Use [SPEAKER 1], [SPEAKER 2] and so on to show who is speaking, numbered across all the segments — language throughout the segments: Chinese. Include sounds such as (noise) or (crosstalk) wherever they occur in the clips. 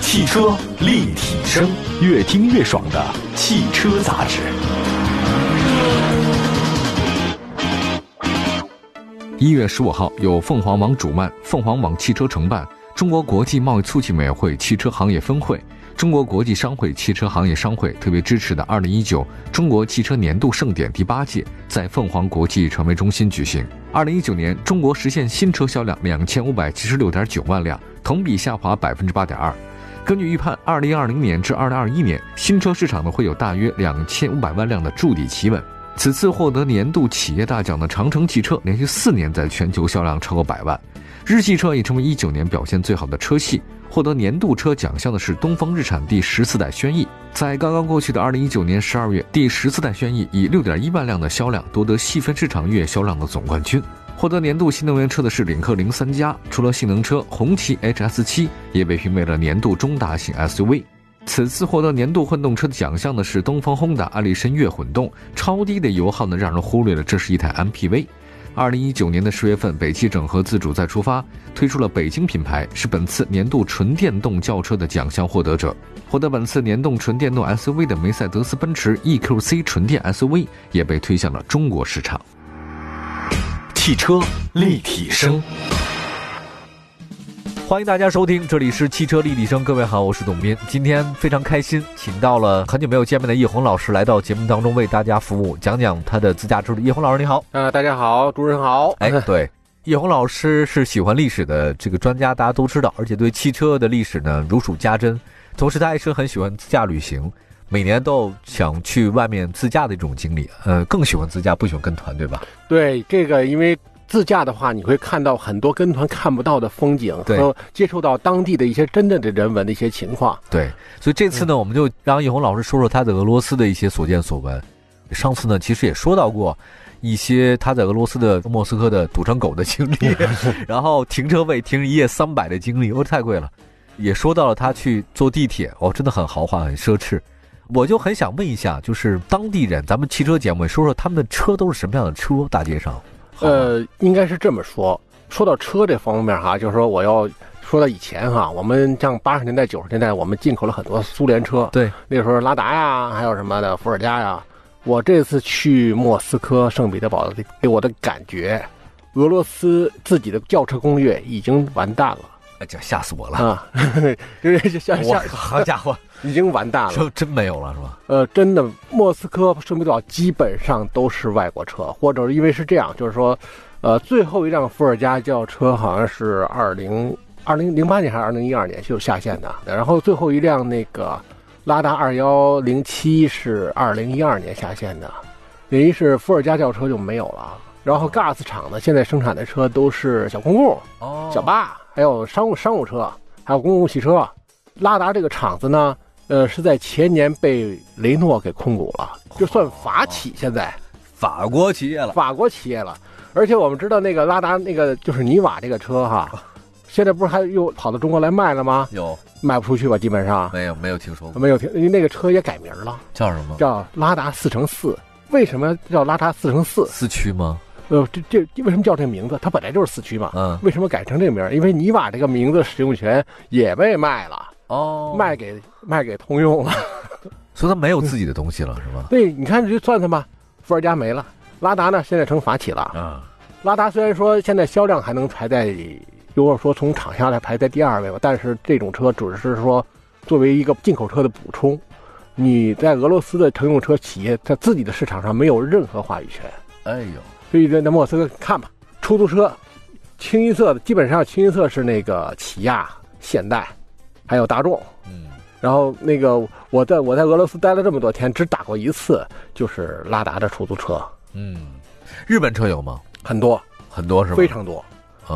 [SPEAKER 1] 汽车立体声，越听越爽的汽车杂志。
[SPEAKER 2] 一月十五号，有凤凰网主办、凤凰网汽车承办、中国国际贸易促进委员会汽车行业分会、中国国际商会汽车行业商会特别支持的二零一九中国汽车年度盛典第八届在凤凰国际传媒中心举行。二零一九年，中国实现新车销量两千五百七十六点九万辆，同比下滑百分之八点二。根据预判，二零二零年至二零二一年，新车市场呢会有大约两千五百万辆的筑底企稳。此次获得年度企业大奖的长城汽车，连续四年在全球销量超过百万。日系车也成为一九年表现最好的车系。获得年度车奖项的是东风日产第十四代轩逸。在刚刚过去的二零一九年十二月，第十四代轩逸以六点一万辆的销量夺得细分市场越野销量的总冠军。获得年度新能源车的是领克零三加。除了性能车，红旗 HS 七也被评为了年度中大型 SUV。此次获得年度混动车的奖项的是东风 Honda 艾力绅越混动，超低的油耗呢让人忽略了这是一台 MPV。二零一九年的十月份，北汽整合自主再出发，推出了北京品牌，是本次年度纯电动轿车的奖项获得者。获得本次年度纯电动 SUV 的梅赛德斯奔驰 EQC 纯电 SUV 也被推向了中国市场。
[SPEAKER 1] 汽车立体声，
[SPEAKER 3] 欢迎大家收听，这里是汽车立体声。各位好，我是董斌。今天非常开心，请到了很久没有见面的叶红老师来到节目当中为大家服务，讲讲他的自驾之旅。叶红老师你好，
[SPEAKER 4] 呃，大家好，主持人好。
[SPEAKER 3] 哎，对，叶红老师是喜欢历史的这个专家，大家都知道，而且对汽车的历史呢如数家珍。同时，他也是很喜欢自驾旅行，每年都有想去外面自驾的一种经历。呃，更喜欢自驾，不喜欢跟团，对吧？
[SPEAKER 4] 对这个，因为自驾的话，你会看到很多跟团看不到的风景，
[SPEAKER 3] 对
[SPEAKER 4] 和接触到当地的一些真正的人文的一些情况。
[SPEAKER 3] 对，所以这次呢，
[SPEAKER 4] 嗯
[SPEAKER 3] 我们就让叶红老师说说他在俄罗斯的一些所见所闻。上次呢，其实也说到过一些他在俄罗斯的莫斯科的堵成狗的经
[SPEAKER 4] (laughs)
[SPEAKER 3] 历，然后停车位停一夜三百的经历，哦，太贵了。也说到了他去坐地铁，哦，真的很豪华，很奢侈。我就很想问一下，就是当地人，咱们汽车节目也说说他们的车都是什么样的车？大街上，好吗，
[SPEAKER 4] 呃，应该是这么说。说到车这方面哈，就是说我要说到以前哈，我们像八十年代、九十年代，我们进口了很多苏联车，
[SPEAKER 3] 对，
[SPEAKER 4] 那时候拉达呀，还有什么的伏尔加呀。我这次去莫斯科、圣彼得堡的，给我的感觉，俄罗斯自己的轿车攻略已经完蛋了
[SPEAKER 3] 哎这吓死我了！
[SPEAKER 4] 啊， (laughs) 就是像
[SPEAKER 3] 我
[SPEAKER 4] 像
[SPEAKER 3] 好家伙，
[SPEAKER 4] 已经完蛋了。
[SPEAKER 3] 车真没有了是吧？
[SPEAKER 4] 呃，真的，莫斯科、圣彼得堡基本上都是外国车，或者因为是这样，就是说，呃，最后一辆伏尔加轿车好像是二零二零零八年还是二零一二年就下线的，然后最后一辆那个拉达二幺零七是二零一二年下线的，等于是伏尔加轿车就没有了。然后 GAS 厂呢，现在生产的车都是小公共、
[SPEAKER 3] 哦
[SPEAKER 4] 小巴，还有商务商务车，还有公共汽车。拉达这个厂子呢，呃，是在前年被雷诺给控股了，就算法企，现在
[SPEAKER 3] 法国企业了。
[SPEAKER 4] 法国企业了。而且我们知道那个拉达那个就是尼瓦这个车哈，现在不是还又跑到中国来卖了吗？
[SPEAKER 3] 有
[SPEAKER 4] 卖不出去吧，基本上
[SPEAKER 3] 没有没有听说过
[SPEAKER 4] 没有听，因为那个车也改名了，
[SPEAKER 3] 叫什么
[SPEAKER 4] 叫拉达四乘四。为什么叫拉达四乘四？
[SPEAKER 3] 四驱吗？
[SPEAKER 4] 呃，这这为什么叫这名字？它本来就是四驱嘛。
[SPEAKER 3] 嗯
[SPEAKER 4] 为什么改成这名儿？因为尼瓦这个名字使用权也被卖了，
[SPEAKER 3] 哦
[SPEAKER 4] 卖给卖给通用了。 (laughs)
[SPEAKER 3] 所以他没有自己的东西了，是吗？
[SPEAKER 4] 对，你看你就算算吧，伏尔加没了，拉达呢现在成法企了。
[SPEAKER 3] 啊，
[SPEAKER 4] 拉达虽然说现在销量还能排在，如果说从厂下来排在第二位吧，但是这种车只是说作为一个进口车的补充。你在俄罗斯的乘用车企业在自己的市场上没有任何话语权。
[SPEAKER 3] 哎呦，
[SPEAKER 4] 所以在莫斯科看吧，出租车，清一色的，基本上清一色是那个起亚、现代，还有大众。
[SPEAKER 3] 嗯，
[SPEAKER 4] 然后那个我在我在俄罗斯待了这么多天，只打过一次，就是拉达的出租车，
[SPEAKER 3] 嗯，日本车有吗？
[SPEAKER 4] 很多，
[SPEAKER 3] 很多是吧？
[SPEAKER 4] 非常多，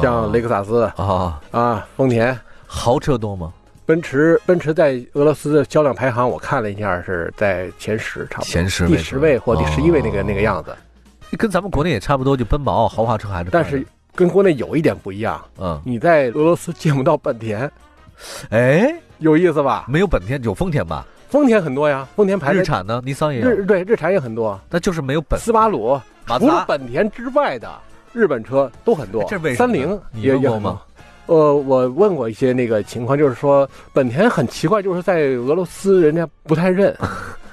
[SPEAKER 4] 像雷克萨斯
[SPEAKER 3] 啊，
[SPEAKER 4] 啊、丰田、
[SPEAKER 3] 豪车多吗？
[SPEAKER 4] 奔驰。奔驰在俄罗斯的销量排行，我看了一下，是在前十，差不多
[SPEAKER 3] 前十
[SPEAKER 4] 第
[SPEAKER 3] 位哦
[SPEAKER 4] 十位或第十一位那个、那个样子。
[SPEAKER 3] 跟咱们国内也差不多，就奔宝、豪华车还是。
[SPEAKER 4] 但是，跟国内有一点不一样，
[SPEAKER 3] 嗯，
[SPEAKER 4] 你在俄罗斯见不到本田，
[SPEAKER 3] 哎，
[SPEAKER 4] 有意思吧？
[SPEAKER 3] 没有本田，有丰田吧？
[SPEAKER 4] 丰田很多呀，丰田牌
[SPEAKER 3] 日
[SPEAKER 4] 的
[SPEAKER 3] 产呢？尼桑也有，
[SPEAKER 4] 日对日产也很多，
[SPEAKER 3] 但就是没有本
[SPEAKER 4] 斯巴鲁
[SPEAKER 3] 马
[SPEAKER 4] 除
[SPEAKER 3] 自
[SPEAKER 4] 了
[SPEAKER 3] 达。哎
[SPEAKER 4] 本田之外的日本车都很多，
[SPEAKER 3] 这为什么
[SPEAKER 4] 三菱
[SPEAKER 3] 你
[SPEAKER 4] 也
[SPEAKER 3] 问
[SPEAKER 4] 也
[SPEAKER 3] 过
[SPEAKER 4] 很多
[SPEAKER 3] 吗？
[SPEAKER 4] 呃，我问过一些那个情况，就是说本田很奇怪，就是在俄罗斯人家不太
[SPEAKER 3] (laughs)
[SPEAKER 4] 认，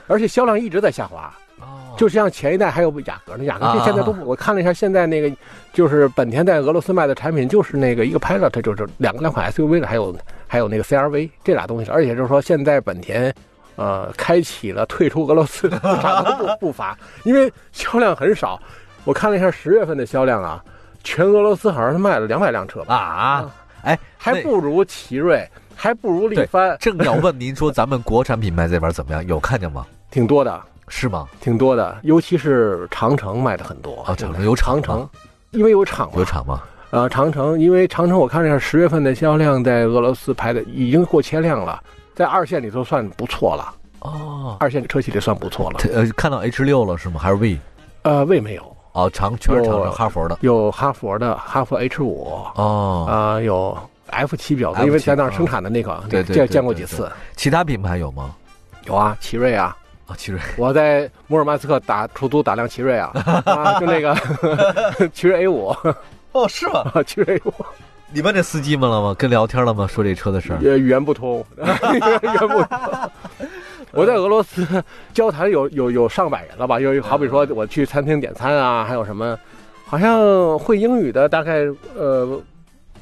[SPEAKER 4] 而且销量一直在下滑。
[SPEAKER 3] 哦
[SPEAKER 4] 就像前一代还有雅阁呢，雅阁
[SPEAKER 3] 啊
[SPEAKER 4] 这现在都不我看了一下，现在那个就是本田在俄罗斯卖的产品，就是那个一个 Pilot，它就是两两款 SUV 了，还有还有那个 CRV 这俩东西，而且就是说现在本田。呃，开启了退出俄罗斯的 (laughs) 市场的步步伐，因为销量很少。我看了一下十月份的销量啊，全俄罗斯好像是卖了两百辆车吧，
[SPEAKER 3] 啊，哎，
[SPEAKER 4] 还
[SPEAKER 3] 那
[SPEAKER 4] 不如奇瑞，还不如力帆，
[SPEAKER 3] 正要问您说咱们国产品牌这边怎么样，有看见吗？
[SPEAKER 4] 挺多的。
[SPEAKER 3] 是吗？
[SPEAKER 4] 挺多的，尤其是长城卖的很多
[SPEAKER 3] 啊长城
[SPEAKER 4] 对
[SPEAKER 3] 有厂
[SPEAKER 4] 长
[SPEAKER 3] 吗
[SPEAKER 4] 城，因为有厂嘛
[SPEAKER 3] 有厂吗？
[SPEAKER 4] 呃，长城，因为长城我看了一下十月份的销量，在俄罗斯排的已经过千辆了，在二线里头算不错了，
[SPEAKER 3] 哦，
[SPEAKER 4] 二线车企里算不错了。
[SPEAKER 3] 它呃，看到 H 六了是吗？还是 V？
[SPEAKER 4] 呃，魏没有，
[SPEAKER 3] 哦，长全是长
[SPEAKER 4] 有
[SPEAKER 3] 城哈佛的。
[SPEAKER 4] 有哈佛的哈佛 H 五，
[SPEAKER 3] 哦，
[SPEAKER 4] 啊，有 F 七表的，
[SPEAKER 3] F7
[SPEAKER 4] 因为在那儿生产的那个，
[SPEAKER 3] 啊对对对
[SPEAKER 4] 见见过几
[SPEAKER 3] 对对
[SPEAKER 4] 次，
[SPEAKER 3] 其他品牌有吗？
[SPEAKER 4] 有啊，奇瑞啊，
[SPEAKER 3] 啊，奇瑞
[SPEAKER 4] 我在摩尔曼斯克打出租打辆奇瑞啊，啊，就那个 (laughs) 奇瑞 A 五，
[SPEAKER 3] 哦，是吗？
[SPEAKER 4] 奇瑞 A 五。
[SPEAKER 3] (laughs) 你问这司机们了吗？跟聊天了吗？说这车的事儿。
[SPEAKER 4] 也语言不通， (laughs) 语言不通。我在俄罗斯交谈有有有上百人了吧？有有好比说我去餐厅点餐啊，还有什么，好像会英语的大概呃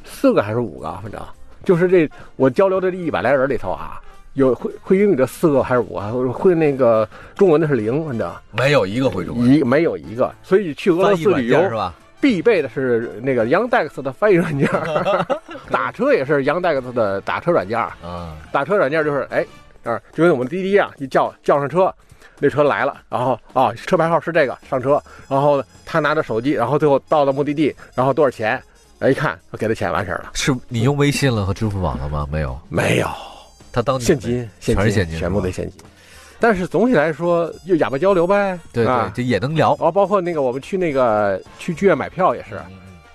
[SPEAKER 4] 四个还是五个，反正就是这我交流的这一百来人里头啊，有会会英语的四个还是五个，会那个中文的是零，反正
[SPEAKER 3] 没有一个会中文。
[SPEAKER 4] 一没有一个。所以去俄罗
[SPEAKER 3] 翻译
[SPEAKER 4] 斯
[SPEAKER 3] 软
[SPEAKER 4] 旅游
[SPEAKER 3] 件是吧？
[SPEAKER 4] 必备的是那个 Yandex 的翻译软件
[SPEAKER 3] (laughs)
[SPEAKER 4] 儿，打车也是 Yandex 的打车软件儿。
[SPEAKER 3] 啊，
[SPEAKER 4] 打车软件就是哎，那儿就跟我们滴滴一样，你叫叫上车，那车来了，然后啊、车牌号是这个，上车，然后他拿着手机，然后最后到了目的地，然后多少钱？哎，一看给他钱完事儿了，
[SPEAKER 3] 是你用微信了和支付宝了吗？没有，
[SPEAKER 4] 没有
[SPEAKER 3] 他当年
[SPEAKER 4] 现金，现
[SPEAKER 3] 全是
[SPEAKER 4] 金
[SPEAKER 3] 现金
[SPEAKER 4] 全部
[SPEAKER 3] 是吧
[SPEAKER 4] 得现金。但是总体来说，就哑巴交流呗，
[SPEAKER 3] 对对，
[SPEAKER 4] 啊
[SPEAKER 3] 这也能聊。
[SPEAKER 4] 然后包括那个我们去那个去剧院买票也
[SPEAKER 3] 嗯
[SPEAKER 4] 是，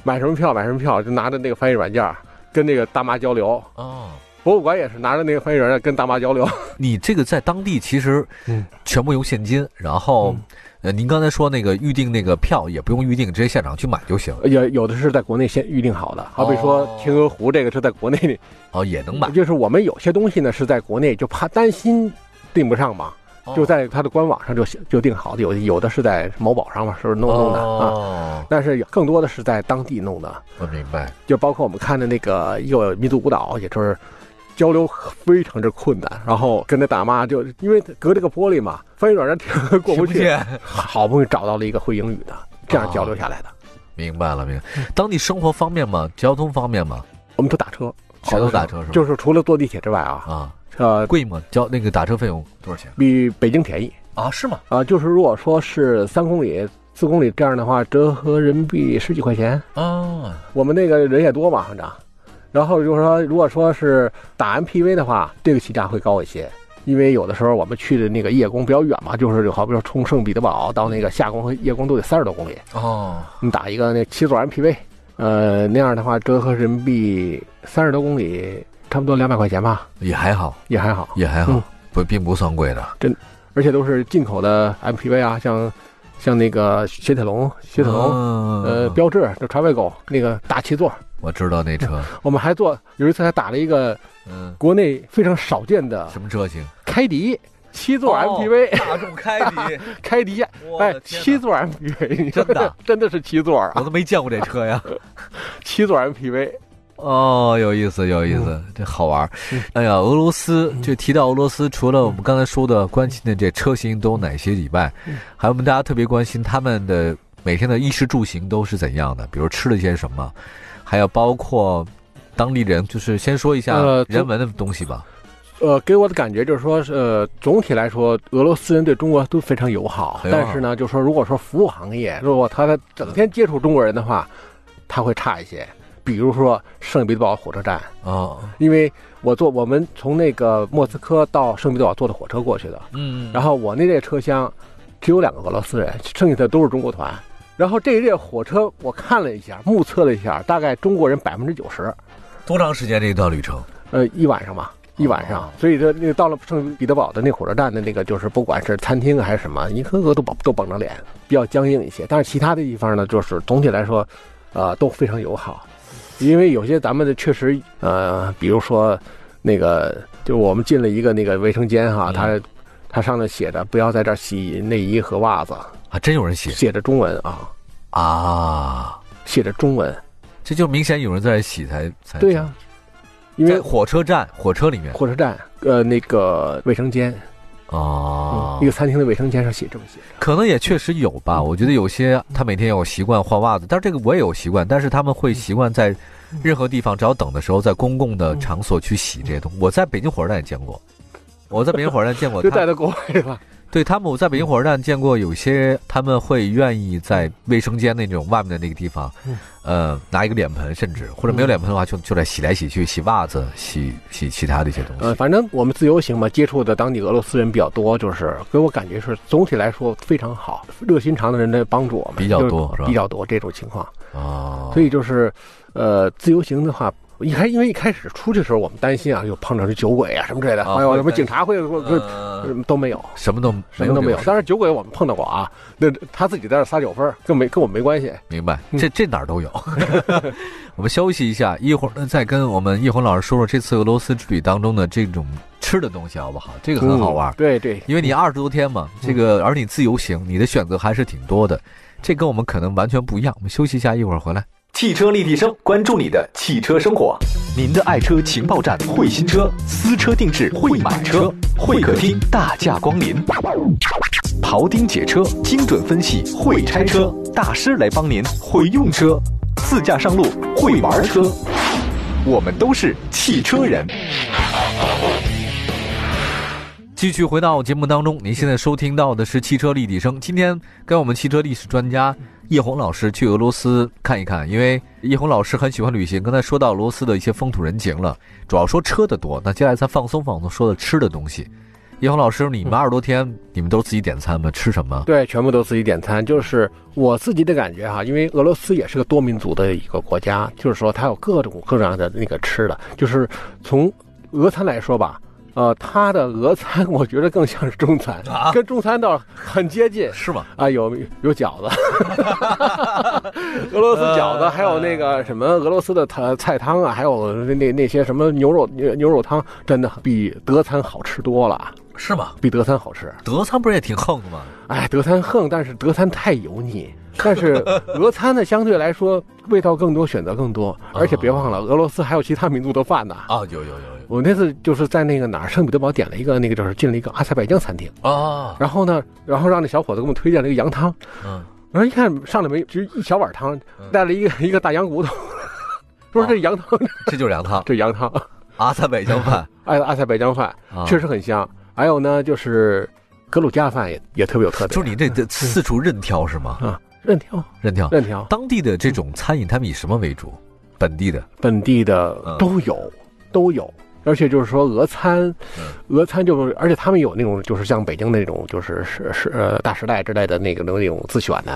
[SPEAKER 4] 买什么票买什么票，就拿着那个翻译软件儿跟那个大妈交流。
[SPEAKER 3] 哦，
[SPEAKER 4] 博物馆也是拿着那个翻译软件儿跟大妈交流。
[SPEAKER 3] 你这个在当地其实
[SPEAKER 4] 嗯
[SPEAKER 3] 全部用现金，然后
[SPEAKER 4] 嗯
[SPEAKER 3] 呃，您刚才说那个预定那个票也不用预定，直接现场去买就行。
[SPEAKER 4] 有有的是在国内先预定好的，好比说
[SPEAKER 3] 哦
[SPEAKER 4] 天鹅湖这个是在国内里，
[SPEAKER 3] 哦，也能买，
[SPEAKER 4] 就是我们有些东西呢是在国内就怕担心订不上嘛，
[SPEAKER 3] 哦
[SPEAKER 4] 就在它的官网上就就订好的，有有的是在某宝上嘛，是不是弄弄的、啊？
[SPEAKER 3] 哦，
[SPEAKER 4] 但是有更多的是在当地弄的，
[SPEAKER 3] 我明白。
[SPEAKER 4] 就包括我们看的那个一个民族舞蹈，也就是交流非常之困难，然后跟那大妈就因为隔着个玻璃嘛，翻译软件听过
[SPEAKER 3] 听
[SPEAKER 4] 不
[SPEAKER 3] 不哦
[SPEAKER 4] 去，
[SPEAKER 3] 见
[SPEAKER 4] 好不容易找到了一个会英语的，这样交流下来的，
[SPEAKER 3] 明白了，明白。当地生活方面嘛，交通方面嘛，
[SPEAKER 4] 我们都打车。
[SPEAKER 3] 全都打车是吧？
[SPEAKER 4] 就是除了坐地铁之外啊，
[SPEAKER 3] 啊，
[SPEAKER 4] 呃，
[SPEAKER 3] 贵吗？交那个打车费用多少钱
[SPEAKER 4] 比北京便宜
[SPEAKER 3] 啊？是吗？
[SPEAKER 4] 啊、就是如果说是三公里、四公里这样的话，折合人民币十几块钱。
[SPEAKER 3] 啊，
[SPEAKER 4] 我们那个人也多嘛，反正。然后就是说，如果说是打 MPV 的话，这个起价会高一些，因为有的时候我们去的那个夜宫比较远嘛，就是好比说从圣彼得堡到那个夏宫和夜宫都得三十多公里，
[SPEAKER 3] 哦，
[SPEAKER 4] 你打一个那七座 MPV，呃，那样的话折合人民币三十多公里，差不多两百块钱吧，
[SPEAKER 3] 也还好，
[SPEAKER 4] 也还好。
[SPEAKER 3] 也还好
[SPEAKER 4] 嗯，
[SPEAKER 3] 不并不算贵的。
[SPEAKER 4] 而且都是进口的 MPV 啊，像像那个雪铁龙、雪铁龙，呃，
[SPEAKER 3] 呃
[SPEAKER 4] 标志就传位狗那个大七座，
[SPEAKER 3] 我知道那车，
[SPEAKER 4] 我们还做有一次还打了一个
[SPEAKER 3] 嗯，
[SPEAKER 4] 国内非常少见的
[SPEAKER 3] 什么车型？
[SPEAKER 4] 开迪七座
[SPEAKER 3] 哦
[SPEAKER 4] MPV，、
[SPEAKER 3] (laughs) 大众开 (laughs) 哎迪，
[SPEAKER 4] 开迪
[SPEAKER 3] 我
[SPEAKER 4] 哎
[SPEAKER 3] 的，天哪
[SPEAKER 4] 七座 MPV，
[SPEAKER 3] 真的
[SPEAKER 4] (laughs) 真的是七座
[SPEAKER 3] 我
[SPEAKER 4] 啊，
[SPEAKER 3] 都没见过这车呀。
[SPEAKER 4] 七座 MPV，
[SPEAKER 3] 哦，有意思，有意思，这好玩儿
[SPEAKER 4] 嗯。
[SPEAKER 3] 哎呀，俄罗斯就提到俄罗斯，除了我们刚才说的关心的这车型都有哪些以外
[SPEAKER 4] 嗯，
[SPEAKER 3] 还有我们大家特别关心他们的每天的衣食住行都是怎样的，比如吃了些什么，还有包括当地人，就是先说一下
[SPEAKER 4] 呃
[SPEAKER 3] 人文的东西吧。
[SPEAKER 4] 呃，给我的感觉就是说，是呃，总体来说，俄罗斯人对中国都非常友好。
[SPEAKER 3] 很友好
[SPEAKER 4] 但是呢，就说如果说服务行业，如果他整天接触中国人的话，他会差一些。比如说圣彼得堡火车站，
[SPEAKER 3] 哦，
[SPEAKER 4] 因为我坐我们从那个莫斯科到圣彼得堡坐的火车过去的，
[SPEAKER 3] 嗯，
[SPEAKER 4] 然后我那列车厢只有两个俄罗斯人，剩下的都是中国团。然后这一列火车，我看了一下，目测了一下，大概中国人百分之九十，
[SPEAKER 3] 多长时间这一段旅程？
[SPEAKER 4] 呃，一晚上吧，一晚上
[SPEAKER 3] 哦。
[SPEAKER 4] 所以说，那个到了圣彼得堡的那火车站的那个，就是不管是餐厅还是什么，一个个都绷都绷着脸，比较僵硬一些。但是其他的地方呢，就是总体来说，呃，都非常友好。因为有些咱们的确实，呃，比如说那个，就我们进了一个那个卫生间哈，
[SPEAKER 3] 嗯
[SPEAKER 4] 它它上面写着不要在这儿洗内衣和袜子，
[SPEAKER 3] 啊，真有人洗
[SPEAKER 4] 写着中文啊，
[SPEAKER 3] 啊，
[SPEAKER 4] 写着中文。
[SPEAKER 3] 这就明显有人在洗才才
[SPEAKER 4] 对呀、因
[SPEAKER 3] 在
[SPEAKER 4] 为
[SPEAKER 3] 火车站火车里面
[SPEAKER 4] 火车站呃那个卫生间，
[SPEAKER 3] 啊
[SPEAKER 4] 嗯，一个餐厅的卫生间上写这么写着。
[SPEAKER 3] 可能也确实有吧。
[SPEAKER 4] 嗯
[SPEAKER 3] 我觉得有些他每天有习惯换袜子，但是这个我也有习惯，但是他们会习惯在
[SPEAKER 4] 嗯
[SPEAKER 3] 任何地方，只要等的时候，在公共的场所去洗这些东西。我在北京火车站也见过，我在北京火车站
[SPEAKER 4] (laughs)
[SPEAKER 3] 见过
[SPEAKER 4] 嗯就
[SPEAKER 3] 他
[SPEAKER 4] 带到国外
[SPEAKER 3] (laughs)
[SPEAKER 4] 是吧？
[SPEAKER 3] 对他们，我在北京火车站见过有些他们会愿意在卫生间那种外面的那个地方，
[SPEAKER 4] 嗯
[SPEAKER 3] 呃，拿一个脸盆，甚至或者没有脸盆的话，就就来洗来洗去，洗袜子，洗洗其他的一些东西。
[SPEAKER 4] 呃，反正我们自由行嘛，接触的当地俄罗斯人比较多，就是给我感觉是总体来说非常好，热心肠的人在帮助我们
[SPEAKER 3] 比较
[SPEAKER 4] 就是
[SPEAKER 3] 多是吧
[SPEAKER 4] 比较多这种情况。
[SPEAKER 3] 哦，
[SPEAKER 4] 所以就是，呃，自由行的话，一开因为一开始出去的时候，我们担心啊，又碰上这酒鬼啊什么之类的，
[SPEAKER 3] 啊
[SPEAKER 4] 还有
[SPEAKER 3] 会
[SPEAKER 4] 什么
[SPEAKER 3] 担
[SPEAKER 4] 警察会说说
[SPEAKER 3] 呃
[SPEAKER 4] 什么都没有，
[SPEAKER 3] 什么都
[SPEAKER 4] 什么都没有
[SPEAKER 3] 这。个事
[SPEAKER 4] 当然酒鬼我们碰到过啊，那他自己在那撒酒疯儿，跟没跟我没关系。
[SPEAKER 3] 明白，这这哪儿都有。我们休息一下，一会儿呢再跟我们叶红老师说说这次俄罗斯之旅当中的这种吃的东西好不好？这个很好玩
[SPEAKER 4] 嗯。对对，
[SPEAKER 3] 因为你二十多天嘛，这个而你自由行，你的选择还是挺多的，这跟我们可能完全不一样。我们休息一下，一会儿回来。
[SPEAKER 1] 汽车立体声，关注你的汽车生活。您的爱车情报站，会新车，私车定制，会买车，会客厅大驾光临，庖丁解车，精准分析，会拆车，大师来帮您，会用车，自驾上路，会玩车，我们都是汽车人。
[SPEAKER 3] 继续回到节目当中，您现在收听到的是汽车立体声。今天跟我们汽车历史专家叶红老师去俄罗斯看一看，因为叶红老师很喜欢旅行。刚才说到俄罗斯的一些风土人情了，主要说吃的多。那接下来咱放松放松，说的吃的东西。叶红老师，你们二十多天，你们都自己点餐吗？吃什么？
[SPEAKER 4] 对，全部都自己点餐。就是我自己的感觉哈，因为俄罗斯也是个多民族的一个国家，就是说它有各种各样的那个吃的。就是从俄餐来说吧，呃，它的俄餐我觉得更像是中餐，
[SPEAKER 3] 啊
[SPEAKER 4] 跟中餐倒很接近。
[SPEAKER 3] 是吗？
[SPEAKER 4] 啊，有有饺子， (laughs) 俄罗斯饺子，还有那个什么俄罗斯的菜菜汤啊，还有那那那些什么牛肉牛肉汤，真的比德餐好吃多了，
[SPEAKER 3] 是吗？
[SPEAKER 4] 比德餐好吃。
[SPEAKER 3] 德餐不是也挺横的吗？
[SPEAKER 4] 哎，德餐横，但是德餐太油腻。但
[SPEAKER 3] (laughs)
[SPEAKER 4] 是俄餐呢，相对来说味道更多，选择更多，而且别忘了，俄罗斯还有其他民族的饭呢。
[SPEAKER 3] 啊，有有有有
[SPEAKER 4] 我那次就是在那个哪儿圣彼得堡点了一个那个就是进了一个阿塞拜疆餐厅，
[SPEAKER 3] 啊，
[SPEAKER 4] 然后呢，然后让那小伙子给我们推荐了一个羊汤，
[SPEAKER 3] 嗯，
[SPEAKER 4] 然后一看上来没，只一小碗汤
[SPEAKER 3] 嗯，
[SPEAKER 4] 带了一个一个大羊骨头， (laughs) 说这羊汤，
[SPEAKER 3] 这就是羊汤，
[SPEAKER 4] 这羊汤，
[SPEAKER 3] 阿塞拜疆饭，
[SPEAKER 4] 哎，阿塞拜疆饭
[SPEAKER 3] (laughs) 啊
[SPEAKER 4] 确实很香。还有呢，就是格鲁吉亚饭也也特别有特
[SPEAKER 3] 就
[SPEAKER 4] 点，
[SPEAKER 3] 是你这这四处任挑是吗？
[SPEAKER 4] 任挑
[SPEAKER 3] 任挑，
[SPEAKER 4] 任挑，
[SPEAKER 3] 当地的这种餐饮，他们以什么为主？本地的
[SPEAKER 4] 本地的
[SPEAKER 3] 嗯
[SPEAKER 4] 都有，都有。而且就是说，俄餐，
[SPEAKER 3] 嗯
[SPEAKER 4] 俄餐就是，而且他们有那种，就是像北京那种，就是是是呃大时代之类的那个那种自选的，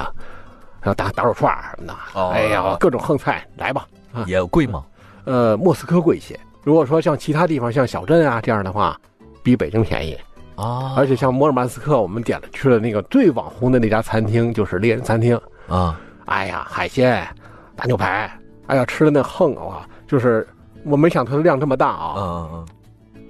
[SPEAKER 4] 然后打打手串儿什么的，
[SPEAKER 3] 哦
[SPEAKER 4] 哎呀，各种横菜来吧。啊
[SPEAKER 3] 也贵吗？
[SPEAKER 4] 呃，莫斯科贵一些。如果说像其他地方，像小镇啊这样的话，比北京便宜。
[SPEAKER 3] 啊，
[SPEAKER 4] 而且像摩尔曼斯克，我们点了去了那个最网红的那家餐厅，就是猎人餐厅。
[SPEAKER 3] 啊，
[SPEAKER 4] 哎呀，海鲜、大牛排，哎呀，吃的那横啊，就是我没想它的量这么大
[SPEAKER 3] 嗯
[SPEAKER 4] 啊。
[SPEAKER 3] 嗯嗯，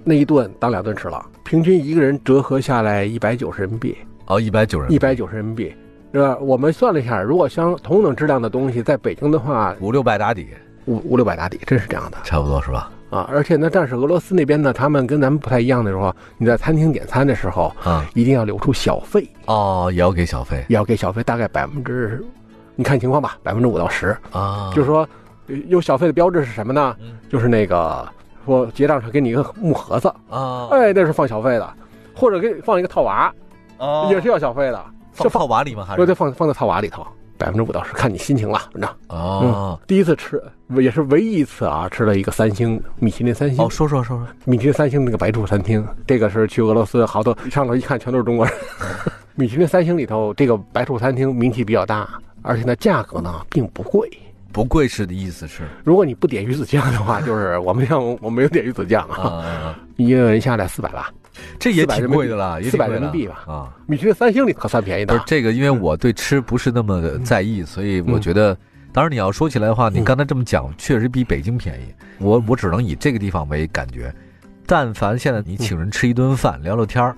[SPEAKER 4] 那一顿当两顿吃了，平均一个人折合下来一百九十人民币，
[SPEAKER 3] 哦，一百九人，
[SPEAKER 4] 一百九十人民币。是吧？我们算了一下，如果相同等质量的东西，在北京的话，
[SPEAKER 3] 五六百打底，
[SPEAKER 4] 五五六百打底，真是这样的。
[SPEAKER 3] 差不多是吧？
[SPEAKER 4] 啊，而且呢，但是俄罗斯那边呢，他们跟咱们不太一样的时候，你在餐厅点餐的时候，
[SPEAKER 3] 啊，
[SPEAKER 4] 一定要留出小费，
[SPEAKER 3] 哦，也要给小费
[SPEAKER 4] 也要给小费大概百分之，你看情况吧，百分之五到十。
[SPEAKER 3] 啊，
[SPEAKER 4] 就是说，呃有小费的标志是什么呢
[SPEAKER 3] 嗯？
[SPEAKER 4] 就是那个说结账上给你一个木盒子，
[SPEAKER 3] 啊，
[SPEAKER 4] 哎，那是放小费的，或者给你放一个套娃，
[SPEAKER 3] 哦
[SPEAKER 4] 也是要小费的，
[SPEAKER 3] 放
[SPEAKER 4] 就
[SPEAKER 3] 泡碗里吗？还
[SPEAKER 4] 对对，
[SPEAKER 3] 是
[SPEAKER 4] 放放在套娃里头，百分之五到十，看你心情了，反正。
[SPEAKER 3] 哦
[SPEAKER 4] 第一次吃也是唯一一次啊，吃了一个三星米其林三星
[SPEAKER 3] 哦，说说说说，
[SPEAKER 4] 米其林三星那个白兔餐厅，这个是去俄罗斯好多上楼一看全都是中国人。 (laughs) 米其林三星里头，这个白兔餐厅名气比较大，而且呢价格呢并不贵。
[SPEAKER 3] 不贵是的意思是
[SPEAKER 4] 如果你不点鱼子酱
[SPEAKER 3] (laughs)
[SPEAKER 4] 的话，就是我们像我没有点鱼子酱
[SPEAKER 3] 啊
[SPEAKER 4] 啊，
[SPEAKER 3] 啊，啊
[SPEAKER 4] 一个人下来四百吧。
[SPEAKER 3] 这也挺贵的啦，
[SPEAKER 4] 400
[SPEAKER 3] 也挺贵的
[SPEAKER 4] 人民币吧
[SPEAKER 3] 啊。
[SPEAKER 4] 米其林三星里可算便宜
[SPEAKER 3] 不是
[SPEAKER 4] 的，
[SPEAKER 3] 这个，因为我对吃不是那么的在意，所以我觉得当然，你要说起来的话，你
[SPEAKER 4] 嗯
[SPEAKER 3] 刚才这么讲，确实比北京便宜。我我只能以这个地方为感觉。但凡现在你请人吃一顿饭，聊聊天儿，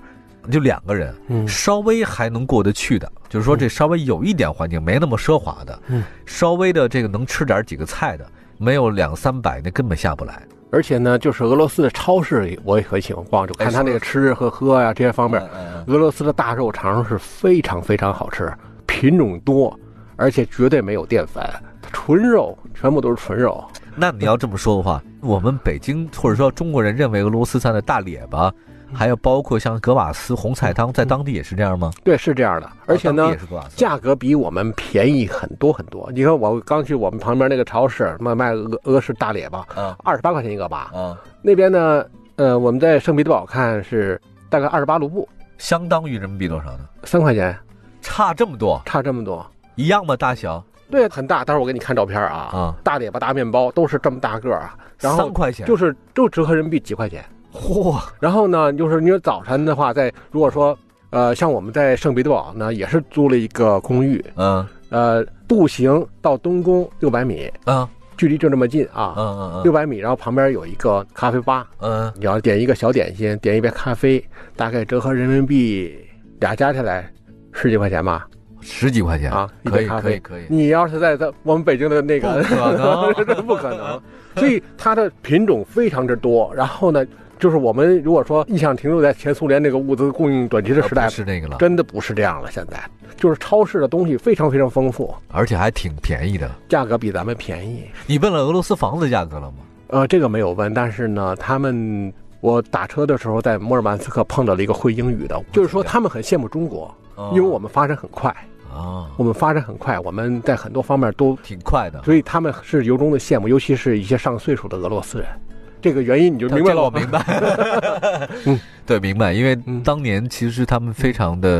[SPEAKER 3] 就两个人，
[SPEAKER 4] 嗯
[SPEAKER 3] 稍微还能过得去的，就是说这稍微有一点环境，没那么奢华的，
[SPEAKER 4] 嗯
[SPEAKER 3] 稍微的这个能吃点几个菜的，没有两三百那根本下不来。
[SPEAKER 4] 而且呢，就是俄罗斯的超市里我也很喜欢逛，就看他那个吃和喝呀、这些方面，
[SPEAKER 3] 嗯
[SPEAKER 4] 俄罗斯的大肉肠是非常非常好吃，品种多，而且绝对没有淀粉，纯肉，全部都是纯肉。
[SPEAKER 3] 那你要这么说的话，我们北京或者说中国人认为俄罗斯菜的大列巴，
[SPEAKER 4] 嗯
[SPEAKER 3] 还有包括像格瓦斯红菜汤，在当地也是这样吗？
[SPEAKER 4] 对，是这样的。嗯而且
[SPEAKER 3] 哦当
[SPEAKER 4] 呢
[SPEAKER 3] 地也，是格瓦斯
[SPEAKER 4] 价格比我们便宜很多很多。你看，我刚去我们旁边那个超市卖卖俄俄式大列巴，
[SPEAKER 3] 啊
[SPEAKER 4] 二十八块钱一个吧。
[SPEAKER 3] 啊，
[SPEAKER 4] 那边呢，呃，我们在圣彼得堡看是大概二十八卢布，
[SPEAKER 3] 相当于人民币多少呢？
[SPEAKER 4] 三块钱，
[SPEAKER 3] 差这么多，
[SPEAKER 4] 差这么多。
[SPEAKER 3] 一样吗？大小
[SPEAKER 4] 对，很大。待会儿我给你看照片啊，
[SPEAKER 3] 啊，
[SPEAKER 4] 大列巴、大面包都是这么大个儿啊。然后
[SPEAKER 3] 三块钱，
[SPEAKER 4] 就是就折合人民币几块钱。
[SPEAKER 3] 嚯，
[SPEAKER 4] 然后呢，就是你说早晨的话，在如果说呃，像我们在圣彼得堡呢，也是租了一个公寓，
[SPEAKER 3] 嗯
[SPEAKER 4] 呃，步行到东宫六百米，
[SPEAKER 3] 嗯
[SPEAKER 4] 距离就这么近
[SPEAKER 3] 嗯
[SPEAKER 4] 啊，
[SPEAKER 3] 嗯
[SPEAKER 4] 六
[SPEAKER 3] 嗯
[SPEAKER 4] 百米，然后旁边有一个咖啡吧，
[SPEAKER 3] 嗯，
[SPEAKER 4] 你要点一个小点心，点一杯咖啡，大概折合人民币俩加起来十几块钱吧。
[SPEAKER 3] 十几块钱
[SPEAKER 4] 啊一
[SPEAKER 3] 可
[SPEAKER 4] 杯
[SPEAKER 3] 以
[SPEAKER 4] 咖
[SPEAKER 3] 可以
[SPEAKER 4] 啡嗯
[SPEAKER 3] 可以，
[SPEAKER 4] 你要是在在我们北京的那个
[SPEAKER 3] 不可能
[SPEAKER 4] 这 (laughs) 不可能。所以它的品种非常之多。然后呢，就是我们如果说印象停留在前苏联那个物资供应短缺的时
[SPEAKER 3] 啊
[SPEAKER 4] 代，
[SPEAKER 3] 不是那个了，
[SPEAKER 4] 真的不是这样了。现在就是超市的东西非常非常丰富，
[SPEAKER 3] 而且还挺便宜的。
[SPEAKER 4] 价格比咱们便宜。
[SPEAKER 3] 你问了俄罗斯房子价格了吗？
[SPEAKER 4] 呃，这个没有问，但是呢，他们。我打车的时候在摩尔曼斯克碰到了一个会英语的，就是说他们很羡慕中国，
[SPEAKER 3] 哦
[SPEAKER 4] 因为我们发展很快，
[SPEAKER 3] 啊，
[SPEAKER 4] 我们发展很快，我们在很多方面都
[SPEAKER 3] 挺快的。
[SPEAKER 4] 所以他们是由衷的羡慕，尤其是一些上岁数的俄罗斯人。这个原因你就明白
[SPEAKER 3] 这个
[SPEAKER 4] 了
[SPEAKER 3] 我
[SPEAKER 4] 吧？
[SPEAKER 3] 明白。
[SPEAKER 4] (laughs) 嗯，
[SPEAKER 3] (laughs) 对，明白，因为
[SPEAKER 4] 嗯
[SPEAKER 3] 当年其实他们非常的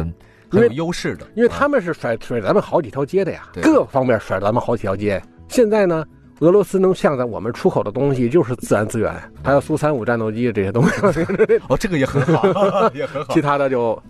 [SPEAKER 3] 很
[SPEAKER 4] 因
[SPEAKER 3] 有
[SPEAKER 4] 为
[SPEAKER 3] 优势的，
[SPEAKER 4] 因为
[SPEAKER 3] 啊
[SPEAKER 4] 他们是甩甩咱们好几条街的呀，
[SPEAKER 3] 对
[SPEAKER 4] 各方面甩咱们好几条街。现在呢，俄罗斯能向着我们出口的东西就是自然资源，还有苏三五战斗机这
[SPEAKER 3] (laughs)
[SPEAKER 4] 些东西，
[SPEAKER 3] 哦，这个也很好，
[SPEAKER 4] (laughs)
[SPEAKER 3] 也很好
[SPEAKER 4] 其。他的就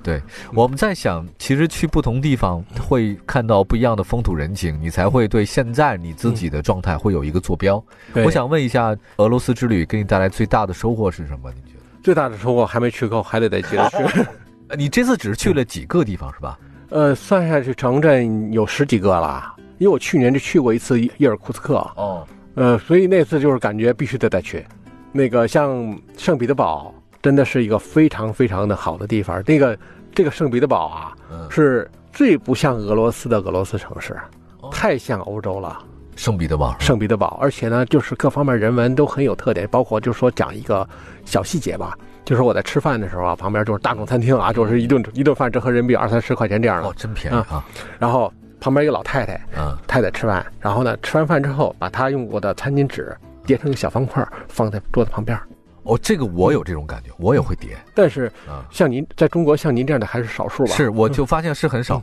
[SPEAKER 3] 我们在想，其实去不同地方会看到不一样的风土人情，你才会对现在你自己的状态会有一个坐标。
[SPEAKER 4] 嗯
[SPEAKER 3] 我想问一下，俄罗斯之旅给你带来最大的收获是什么？你觉得？
[SPEAKER 4] 最大的收获还没去够，还得再接着去。
[SPEAKER 3] 呃你这次只是去了几个地方是吧？
[SPEAKER 4] 呃，算下去城镇有十几个了，因为我去年就去过一次伊尔库茨克，
[SPEAKER 3] 哦，
[SPEAKER 4] 呃，所以那次就是感觉必须得再去。那个像圣彼得堡，真的是一个非常非常的好的地方。那个这个圣彼得堡啊，
[SPEAKER 3] 嗯，
[SPEAKER 4] 是最不像俄罗斯的俄罗斯城市
[SPEAKER 3] 哦，
[SPEAKER 4] 太像欧洲了。
[SPEAKER 3] 圣彼得堡是吧
[SPEAKER 4] 圣彼得堡，而且呢，就是各方面人文都很有特点，包括就是说讲一个小细节吧，就是我在吃饭的时候啊，旁边就是大众餐厅啊，就是一顿一顿饭折合人民币二三十块钱这样的
[SPEAKER 3] 哦，，真便宜啊，
[SPEAKER 4] 然后旁边一个老太太，
[SPEAKER 3] 嗯，
[SPEAKER 4] 太太吃饭，然后呢，吃完饭之后，把她用过的餐巾纸叠成一个小方块儿，放在桌子旁边儿。
[SPEAKER 3] 哦，这个我有这种感觉，我也会叠
[SPEAKER 4] 但是
[SPEAKER 3] 啊。
[SPEAKER 4] 像您在中国像您这样的还是少数吧？，嗯
[SPEAKER 3] 是，我就发现是很少。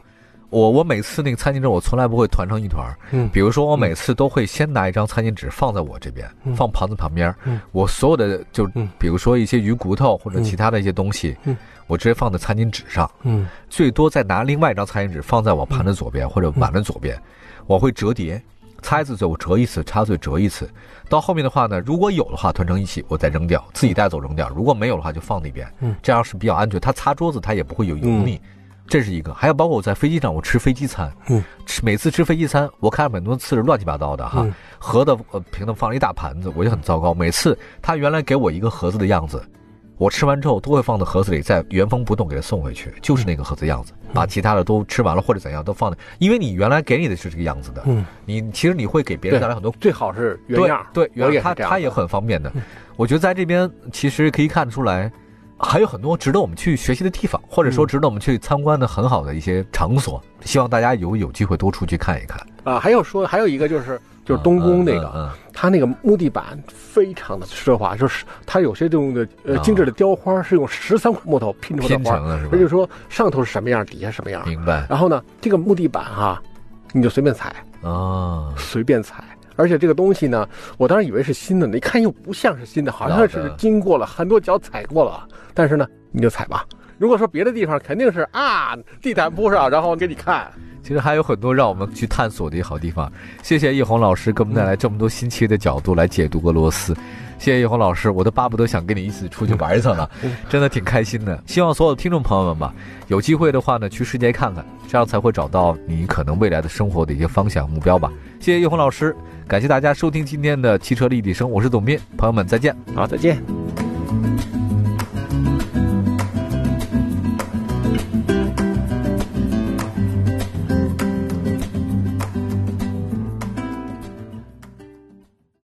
[SPEAKER 3] 我我每次那个餐巾纸，我从来不会团成一团儿。
[SPEAKER 4] 嗯
[SPEAKER 3] 比如说，我每次都会先拿一张餐巾纸放在我这边，
[SPEAKER 4] 嗯
[SPEAKER 3] 放盘子旁边儿。
[SPEAKER 4] 嗯
[SPEAKER 3] 我所有的就
[SPEAKER 4] 嗯
[SPEAKER 3] 比如说一些鱼骨头或者其他的一些东西，
[SPEAKER 4] 嗯
[SPEAKER 3] 我直接放在餐巾纸上，
[SPEAKER 4] 嗯
[SPEAKER 3] 最多再拿另外一张餐巾纸放在我盘的左边或者碗的左边，我会折叠。擦一次嘴我折一次，擦嘴折一次。到后面的话呢，如果有的话团成一起，我再扔掉，自己带走扔掉；如果没有的话，就放那边。
[SPEAKER 4] 嗯
[SPEAKER 3] 这样是比较安全。它擦桌子它也不会有油腻，这是一个。还有包括我在飞机上，我吃飞机餐，
[SPEAKER 4] 嗯
[SPEAKER 3] 吃每次吃飞机餐，我看很多次是乱七八糟的哈，
[SPEAKER 4] 嗯
[SPEAKER 3] 盒子呃瓶子放了一大盘子，我就很糟糕。每次他原来给我一个盒子的样子，我吃完之后都会放到盒子里，再原封不动给它送回去，就是那个盒子样子，把其他的都吃完了或者怎样都放在，因为你原来给你的是这个样子的，
[SPEAKER 4] 嗯，
[SPEAKER 3] 你其实你会给别人带来很多
[SPEAKER 4] 最好是原样儿。
[SPEAKER 3] 对，对原
[SPEAKER 4] 我也
[SPEAKER 3] 样
[SPEAKER 4] 是
[SPEAKER 3] 它
[SPEAKER 4] 这样嗯
[SPEAKER 3] 它
[SPEAKER 4] 的
[SPEAKER 3] 也很方便的。我觉得在这边其实可以看出来，还有很多值得我们去学习的地方，或者说
[SPEAKER 4] 嗯
[SPEAKER 3] 值得我们去参观的很好的一些场所。希望大家有有机会多出去看一看。
[SPEAKER 4] 啊、还有说还有一个就是就是东宫那个，
[SPEAKER 3] 嗯，
[SPEAKER 4] 它那个木地板非常的奢华，就是它有些用的呃
[SPEAKER 3] 啊
[SPEAKER 4] 精致的雕花是用十三块木头拼
[SPEAKER 3] 嗯
[SPEAKER 4] 出
[SPEAKER 3] 嗯
[SPEAKER 4] 的
[SPEAKER 3] 拼
[SPEAKER 4] 花
[SPEAKER 3] 成
[SPEAKER 4] 儿，
[SPEAKER 3] 了是
[SPEAKER 4] 也
[SPEAKER 3] 吧？
[SPEAKER 4] 就是
[SPEAKER 3] 嗯
[SPEAKER 4] 说上头是什么样，底下什么样。
[SPEAKER 3] 明白
[SPEAKER 4] 然后呢，这个木地板哈、你就随便踩，
[SPEAKER 3] 啊，
[SPEAKER 4] 随便踩。而且这个东西呢，我当时以为是新的，呢，一看又不像是新的，好像
[SPEAKER 3] 老
[SPEAKER 4] 是
[SPEAKER 3] 的
[SPEAKER 4] 经过了很多脚踩过了。但是呢，你就踩吧，如果说别的地方，肯定是啊地毯铺上，然后给你看。
[SPEAKER 3] 其实还有很多让我们去探索的好地方。谢谢叶红老师给我们带来这么多新奇的角度来解读俄罗斯。谢谢叶红老师，我都巴不得想跟你一起出去玩一趟了，真的挺开心的。希望所有的听众朋友们吧，有机会的话呢，去世界看看，这样才会找到你可能未来的生活的一些方向目标吧。谢谢叶红老师，感谢大家收听今天的汽车立体声，我是董斌，朋友们再见。
[SPEAKER 4] 好，再见。